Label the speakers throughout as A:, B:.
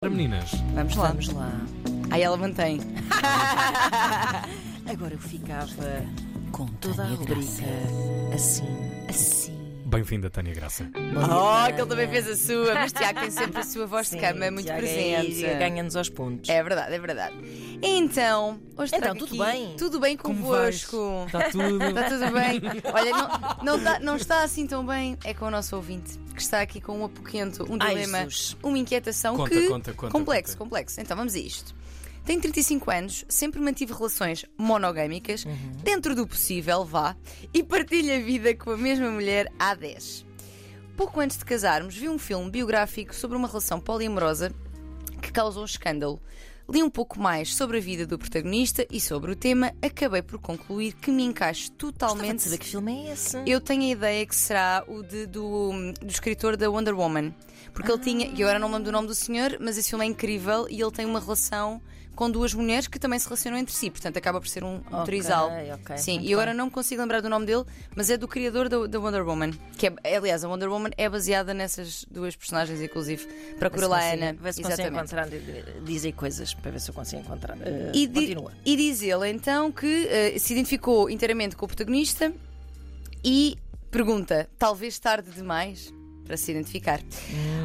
A: Ora, meninas,
B: Vamos lá.
C: Vamos lá.
B: Aí ela mantém. Agora eu ficava
C: Com
B: toda a
C: Tânia
B: rubrica.
C: Graça.
B: Assim.
C: Assim.
A: bem-vindo a Tânia Graça.
B: Oh, que ele também fez a sua, mas Tiago tem sempre a sua voz de cama é muito
C: é
B: presente.
C: Ganha-nos aos pontos. Ah,
B: É verdade, é verdade. Então, hoje
C: Então,
B: trago
C: tudo
B: aqui-
C: bem?
B: Tudo bem
A: Como
B: convosco?
A: Está tudo.
B: Está tudo bem? Olha, não, não, tá- não está assim tão bem, é com o nosso ouvinte, que está aqui com um apoquento, um
C: Ai,
B: dilema,
C: Jesus.
B: uma inquietação
A: Conta,
B: que.
A: conta, conta,
B: complexo,
A: conta.
B: complexo. Então vamos a isto. Tenho 35 anos, sempre mantive relações monogâmicas,
C: Uhum.
B: dentro do possível, vá, e partilho a vida com a mesma mulher há 10. Pouco antes de casarmos, vi um filme biográfico sobre uma relação poliamorosa que causou um escândalo. Li um pouco mais sobre a vida do protagonista e sobre o tema, acabei por concluir que me encaixo
C: Gostava de
B: totalmente.
C: saber que filme é esse.
B: Eu tenho a ideia que será o de- do, do escritor da Wonder Woman. Porque ele tinha, e agora não me lembro do nome do senhor, mas esse filme é incrível e ele tem uma relação com duas mulheres que também se relacionam entre si, portanto acaba por ser um, um
C: Ok,
B: trisal.
C: ok,
B: Sim,
C: muito
B: e agora
C: bem.
B: não me consigo lembrar do nome dele, mas é do criador da, da Wonder Woman. Que é- é, aliás, a Wonder Woman é baseada nessas duas personagens, inclusive. Procura lá, Ana.
C: Vê se consigo encontrar. Dizem coisas para ver se eu consigo encontrar. Eh,
B: E, di-
C: continua.
B: e diz ele então que eh, se identificou inteiramente com o protagonista e pergunta: talvez tarde demais para se identificar.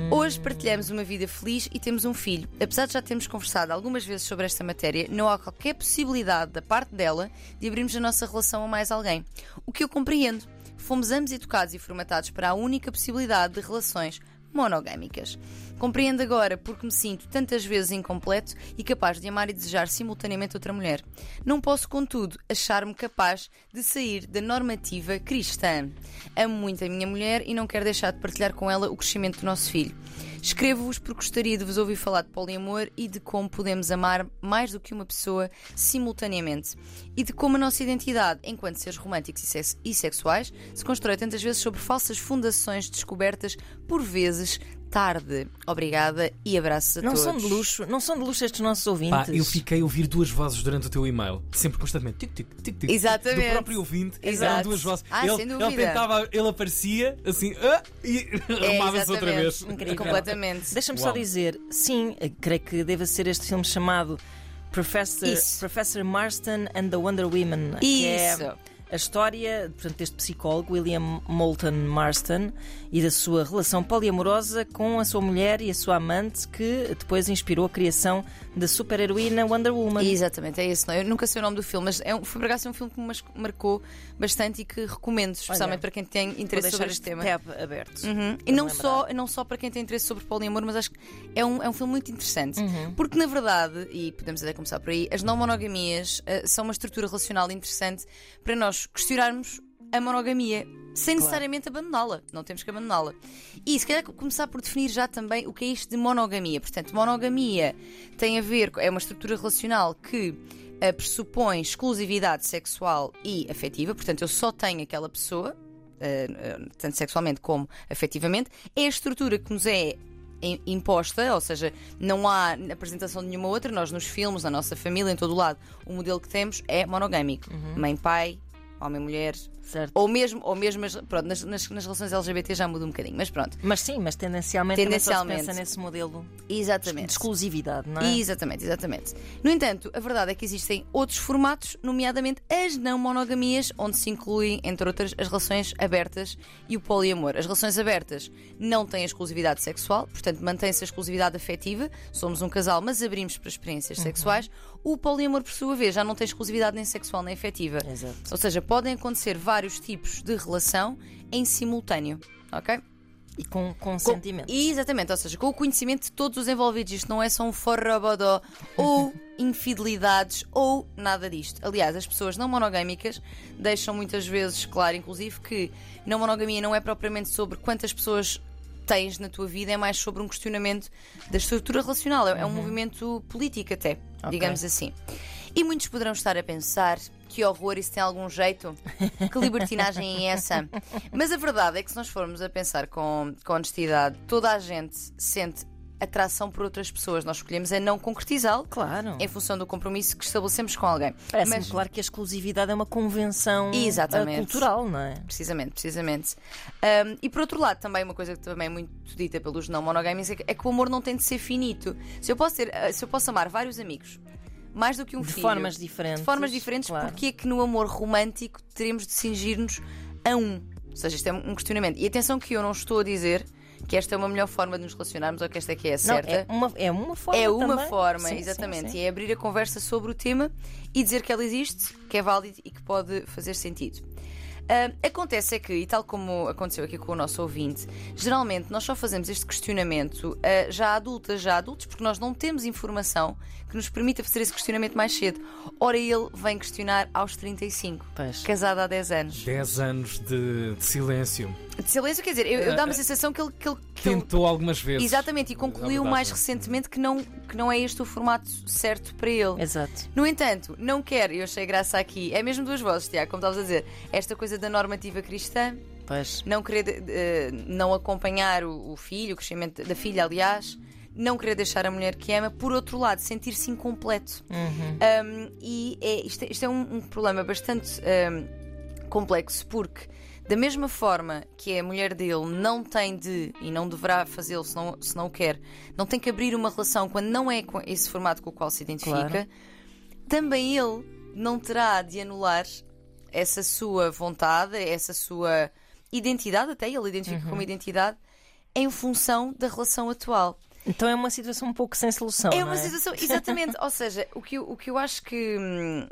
B: Hoje partilhamos uma vida feliz e temos um filho. Apesar de já termos conversado algumas vezes sobre esta matéria, não há qualquer possibilidade da parte dela de abrirmos a nossa relação a mais alguém. O que eu compreendo. Fomos ambos educados e formatados para a única possibilidade de relações monogâmicas. Compreendo agora porque me sinto tantas vezes incompleto e capaz de amar e desejar simultaneamente outra mulher. Não posso, contudo, achar-me capaz de sair da normativa cristã. Amo muito a minha mulher e não quero deixar de partilhar com ela o crescimento do nosso filho. Escrevo-vos porque gostaria de vos ouvir falar de poliamor e de como podemos amar mais do que uma pessoa simultaneamente e de como a nossa identidade, enquanto seres românticos e sex- e sexuais, se constrói tantas vezes sobre falsas fundações descobertas, por vezes tarde. Obrigada e abraços a
C: Não
B: todos.
C: são de luxo, não são de luxo estes nossos
A: Pá,
C: ouvintes.
A: eu fiquei a ouvir duas vozes durante o teu e-mail, sempre constantemente. Tic, tic, tic, tic,
B: Exatamente.
A: Do próprio ouvinte, eram
B: Exato.
A: duas vozes.
B: Ah,
A: ele,
B: sem
A: ele
B: dúvida.
A: tentava, ele aparecia assim ah, e
B: É,
A: arrumava-se outra
B: exatamente.
A: vez.
C: Incrível.
B: Completamente.
C: Deixa-me só
A: Uau.
C: dizer, sim, eh, creio que deva ser este filme chamado Professor,
B: Isso.
C: Professor Marston and the Wonder Woman. que é
B: Isso.
C: a história portanto, deste psicólogo, William Moulton Marston, e da sua relação poliamorosa com a sua mulher e a sua amante, que depois inspirou a criação da super-heroína Wonder Woman.
B: Exatamente, é isso. Não? é? Eu nunca sei o nome do filme, mas é um, foi por acaso um filme que me mas- marcou bastante e que recomendo, especialmente
C: Olha,
B: para quem tem
C: Vou
B: interesse
C: deixar
B: sobre este
C: este
B: tema.
C: tab aberto.
B: Uhum. E
C: para
B: não
C: lembrar.
B: só, não só para quem tem interesse sobre poliamor, mas acho que é um, é um filme muito interessante. Porque, na verdade, e podemos até começar por aí, as não monogamias eh, são uma estrutura relacional interessante para nós questionarmos a monogamia sem necessariamente abandoná-la. Não temos que abandoná-la. E se calhar começar por definir já também o que é isto de monogamia. Portanto, monogamia tem a ver com. é uma estrutura relacional que eh, pressupõe exclusividade sexual e afetiva, portanto, eu só tenho aquela pessoa, eh, eh, tanto sexualmente como afetivamente, é a estrutura que nos é im- imposta, ou seja, não há apresentação de nenhuma outra, nós nos filmes, na nossa família, em todo o lado, o modelo que temos é monogâmico. Mãe, pai, homem, mulher.
C: Certo.
B: Ou mesmo, ou mesmo as- pronto, nas, nas, nas relações LGBT já muda um bocadinho, mas pronto.
C: Mas sim, mas tendencialmente, também só se
B: Tendencialmente.
C: pensa nesse modelo de
B: Exatamente.
C: exclusividade, não é?
B: Exatamente, exatamente. No entanto, a verdade é que existem outros formatos, nomeadamente as não monogamias, onde se incluem, entre outras, as relações abertas e o poliamor. As relações abertas não têm exclusividade sexual, portanto, mantém-se a exclusividade afetiva, somos um casal, mas abrimos para experiências
C: Uhum.
B: sexuais. O poliamor, por sua vez, já não tem exclusividade nem sexual nem afetiva.
C: Exato.
B: Ou seja, podem acontecer vários tipos de relação em simultâneo, ok?
C: E com
B: Com-
C: consentimento.
B: Exatamente, ou seja, com o conhecimento de todos os envolvidos. Isto não é só um forrobodó ou infidelidades ou nada disto. Aliás, as pessoas não monogâmicas deixam muitas vezes claro, inclusive, que não monogamia não é propriamente sobre quantas pessoas tens na tua vida, é mais sobre um questionamento da estrutura relacional. É é um movimento político até, digamos assim. E muitos poderão estar a pensar que horror, isso tem algum jeito? Que libertinagem é essa? Mas a verdade é que se nós formos a pensar com, com honestidade, toda a gente sente atração por outras pessoas. Nós escolhemos é não concretizá-lo
C: Claro.
B: em função do compromisso que estabelecemos com alguém.
C: Parece-me
B: Mas-
C: claro que a exclusividade é uma convenção ah,
B: Exatamente.
C: cultural, não é?
B: Precisamente, precisamente. Ahm, e por outro lado, também uma coisa que também é muito dita pelos não monogâmicos é que, é que o amor não tem de ser finito. Se eu posso, ter, ah, se eu posso amar vários amigos, mais do que um
C: De
B: filho,
C: formas diferentes,
B: de formas diferentes,
C: claro.
B: porque é que no amor romântico teremos de cingir-nos a um? Ou seja, isto é um questionamento. E atenção que eu não estou a dizer que esta é uma melhor forma de nos relacionarmos ou que esta é que é a
C: Não,
B: certa.
C: é uma, é uma forma.
B: É uma
C: também.
B: forma,
C: Sim, sim,
B: exatamente.
C: sim.
B: E é abrir a conversa sobre o tema e dizer que ela existe, que é válido e que pode fazer sentido. Ahm, acontece é que, e tal como aconteceu aqui com o nosso ouvinte, geralmente nós só fazemos este questionamento ah, já adultas, já adultos, porque nós não temos informação que nos permita fazer esse questionamento mais cedo. Ora, ele vem questionar aos 35,
C: Pois.
B: casado há 10 anos.
A: 10 anos de, de silêncio.
B: De silêncio, quer dizer, eu, eu dá uma sensação que ele. Que ele, que ele-
A: Tentou algumas vezes.
B: Exatamente, e concluiu
A: abordagem.
B: mais recentemente que não, que não é este o formato certo para ele.
C: Exato.
B: No entanto, não quero, eu achei graça aqui, é mesmo duas vozes, Tiago, como estavas a dizer, esta coisa da normativa cristã,
C: Pois.
B: não querer de- de- não acompanhar o, o filho, o crescimento da filha, aliás, não querer deixar a mulher que ama, por outro lado, sentir-se incompleto. Um, e é- isto, é- isto é um, um problema bastante um, complexo, porque da mesma forma que a mulher dele não tem de, e não deverá fazê-lo se não, se não o quer, não tem que abrir uma relação quando não é com esse formato com o qual se identifica,
C: Claro.
B: também ele não terá de anular essa sua vontade, essa sua identidade, até ele identifica como identidade, em função da relação atual.
C: Então é uma situação um pouco sem solução.
B: É
C: não
B: uma situação, exatamente. Ou seja, o que, eu- o que eu acho que. hum,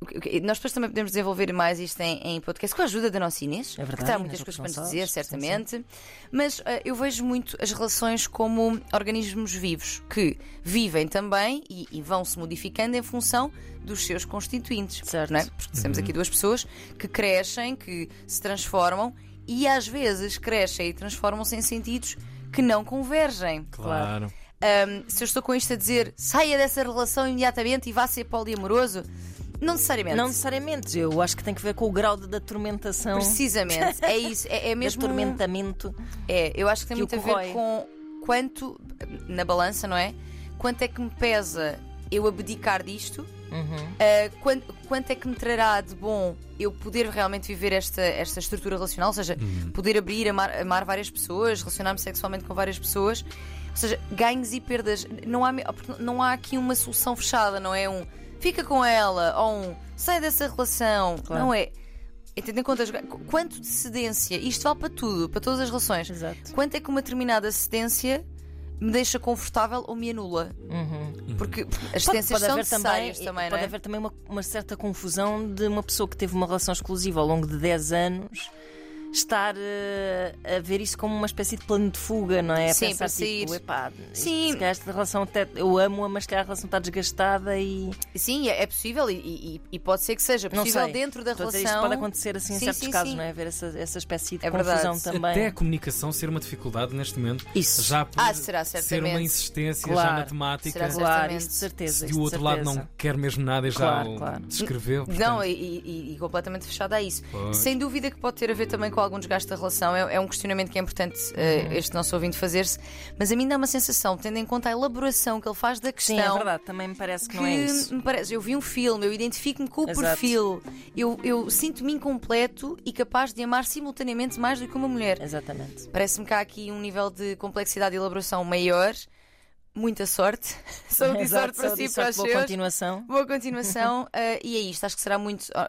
B: o que- o que- Nós depois também podemos desenvolver mais isto em, em podcast com a ajuda da nossa Inês,
C: É verdade,
B: que terá
C: Inês
B: muitas coisas para nos
C: Gonçalves,
B: dizer,
C: sim,
B: certamente. Mas ah, eu vejo muito as relações como organismos vivos que vivem também e, e vão se modificando em função dos seus constituintes.
C: Certo.
B: não é? Porque temos aqui duas pessoas que crescem, que se transformam e às vezes crescem e transformam-se em sentidos que não convergem.
A: Claro.
B: Um, se eu estou com isto a dizer saia dessa relação imediatamente e vá ser poliamoroso, não necessariamente.
C: Não necessariamente. Eu acho que tem que ver com o grau de atormentação.
B: Precisamente, é isso, é, é mesmo.
C: De atormentamento.
B: É, eu acho que tem
C: que
B: muito a
C: ocorre.
B: ver com quanto, na balança, não é? Quanto é que me pesa eu abdicar disto? Uh, quan- quanto, é que me trará de bom eu poder realmente viver esta, esta estrutura relacional? Ou seja, poder abrir, amar, amar várias pessoas, relacionar-me sexualmente com várias pessoas? Ou seja, ganhos e perdas. Não há, me- porque não há aqui uma solução fechada, não é um fica com ela ou um sai dessa relação.
C: Claro.
B: Não é. Entendem quantas. Quanto de cedência? Isto vale para tudo, para todas as relações.
C: Exato.
B: Quanto é que uma determinada cedência me deixa confortável ou me anula? Porque as
C: Pode,
B: cedências
C: Uhum. pode
B: são
C: haver também,
B: necessárias também, não
C: pode
B: é?
C: haver também uma, uma certa confusão de uma pessoa que teve uma relação exclusiva ao longo de 10 anos estar eh, a ver isso como uma espécie de plano de fuga, não é? A
B: Sim,
C: Pensar,
B: para
C: tipo,
B: sair.
C: "Epá,
B: Sim.
C: Se calhar esta relação até eu amo-a, mas se calhar a relação está desgastada e
B: Sim, é é possível e, e- e pode ser que seja
C: não
B: possível
C: sei.
B: dentro da
C: Estou a dizer,
B: relação.
C: Isto pode acontecer assim em
B: Sim,
C: certos
B: sim,
C: casos,
B: sim.
C: não é? Haver essa, essa espécie de
B: É verdade.
C: confusão também.
A: Até a comunicação ser uma dificuldade neste momento.
C: Isso.
A: Já por
B: Ah, será,
A: ser
B: certamente.
A: uma insistência já
C: Claro.
A: na temática.
B: Será,
C: Claro,
B: certamente.
C: isso de certeza.
A: Se
C: isso de
A: o outro lado
C: certeza.
A: não quer mesmo nada e já
C: Claro,
A: o
C: claro.
A: descreveu.
B: Não,
A: portanto,
B: e, e- e completamente fechada a isso.
A: Pois.
B: Sem dúvida que pode ter a ver também com algum desgaste da relação. É, é um questionamento que é importante
C: Uhum.
B: eh, este nosso ouvinte fazer-se. Mas a mim dá uma sensação, tendo em conta a elaboração que ele faz da questão.
C: Sim, é verdade, também me parece que,
B: Então, que
C: não é isso.
B: me parece, eu vi um filme, eu identifico-me com o
C: Exato.
B: perfil, eu, eu sinto-me incompleto e capaz de amar simultaneamente mais do que uma mulher.
C: Exatamente.
B: Parece-me que há aqui um nível de complexidade e elaboração maior. Muita sorte. Só de
C: Exato,
B: sorte para
C: só
B: si
C: de
B: e para os
C: sorte, boa
B: seus.
C: continuação.
B: Boa continuação. eh, e é isto. Acho que será muito ó,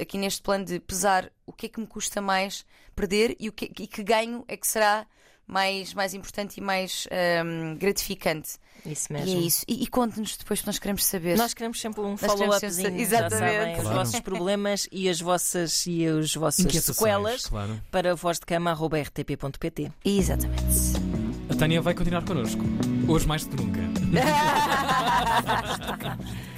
B: aqui neste plano de pesar o que é que me custa mais perder e, o que, e que ganho é que será mais, mais importante e mais ehm, gratificante.
C: Isso
B: E é
C: mesmo.
B: isso. E, e conte-nos depois, que nós queremos saber.
C: Nós queremos sempre um
B: queremos
C: follow-upzinho.
B: sempre-
C: já
B: Exatamente.
C: sabem, Os
A: Claro.
C: vossos problemas e as vossas, e as vossas
A: inquietações,
C: sequelas
A: Claro.
C: para vozdecama.rtp.pt.
B: Exatamente.
A: A Tânia vai continuar connosco. Hoje mais do que nunca.